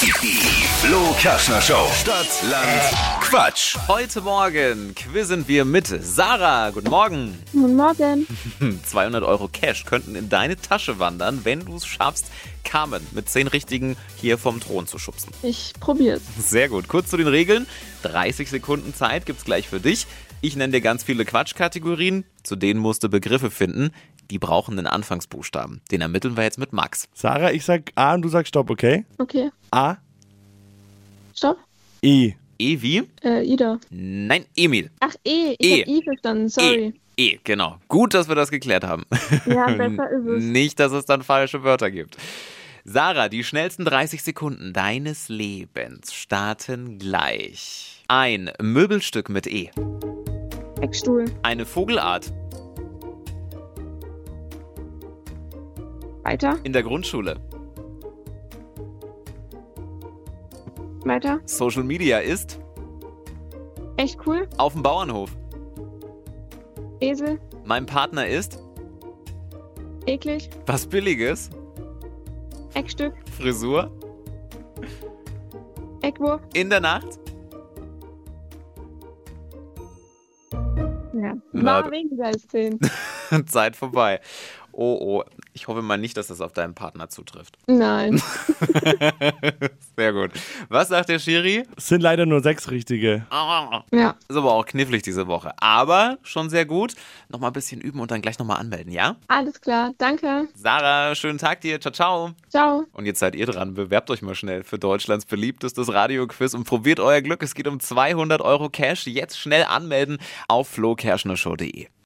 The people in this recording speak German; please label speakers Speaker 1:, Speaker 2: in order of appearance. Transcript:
Speaker 1: Die Flo Kaschner Show. Stadt, Land, Quatsch.
Speaker 2: Heute Morgen quizzen wir mit Sarah. Guten Morgen.
Speaker 3: Guten Morgen.
Speaker 2: Hm, 200 Euro Cash könnten in deine Tasche wandern, wenn du es schaffst, Carmen mit 10 Richtigen hier vom Thron zu schubsen.
Speaker 3: Ich probier's.
Speaker 2: Sehr gut. Kurz zu den Regeln. 30 Sekunden Zeit gibt's gleich für dich. Ich nenne dir ganz viele Quatschkategorien. Zu denen musst du Begriffe finden. Die brauchen einen Anfangsbuchstaben. Den ermitteln wir jetzt mit Max.
Speaker 4: Sarah, ich sag A und du sagst Stopp, okay?
Speaker 3: Okay.
Speaker 4: A,
Speaker 3: Stopp.
Speaker 4: E.
Speaker 2: Evi?
Speaker 3: Äh, Ida.
Speaker 2: Nein, Emil.
Speaker 3: Ach, E. Ich
Speaker 2: E.
Speaker 3: hab I verstanden.
Speaker 2: E.
Speaker 3: Sorry.
Speaker 2: E, genau. Gut, dass wir das geklärt haben.
Speaker 3: Ja, besser ist es.
Speaker 2: Nicht, dass es dann falsche Wörter gibt. Sarah, die schnellsten 30 Sekunden deines Lebens starten gleich. Ein Möbelstück mit E.
Speaker 3: Eckstuhl.
Speaker 2: Eine Vogelart
Speaker 3: Weiter.
Speaker 2: in der Grundschule.
Speaker 3: Weiter.
Speaker 2: Social Media ist
Speaker 3: Echt cool.
Speaker 2: auf dem Bauernhof.
Speaker 3: Esel.
Speaker 2: Mein Partner ist
Speaker 3: Eklig.
Speaker 2: was Billiges.
Speaker 3: Eckstück.
Speaker 2: Frisur
Speaker 3: Eckwurf.
Speaker 2: in der Nacht.
Speaker 3: Ja.
Speaker 2: Na,
Speaker 3: War weniger als 10.
Speaker 2: Zeit vorbei. Oh, oh. Ich hoffe mal nicht, dass das auf deinen Partner zutrifft.
Speaker 3: Nein.
Speaker 2: Sehr gut. Was sagt der Schiri?
Speaker 4: Es sind leider nur sechs richtige.
Speaker 2: Ah.
Speaker 3: Ja.
Speaker 2: Ist aber auch knifflig diese Woche. Aber schon sehr gut. Nochmal ein bisschen üben und dann gleich nochmal anmelden, ja?
Speaker 3: Alles klar. Danke.
Speaker 2: Sarah, schönen Tag dir. Ciao, ciao.
Speaker 3: Ciao.
Speaker 2: Und jetzt seid ihr dran. Bewerbt euch mal schnell für Deutschlands beliebtestes Radioquiz und probiert euer Glück. Es geht um 200 Euro Cash. Jetzt schnell anmelden auf flokerschnershow.de.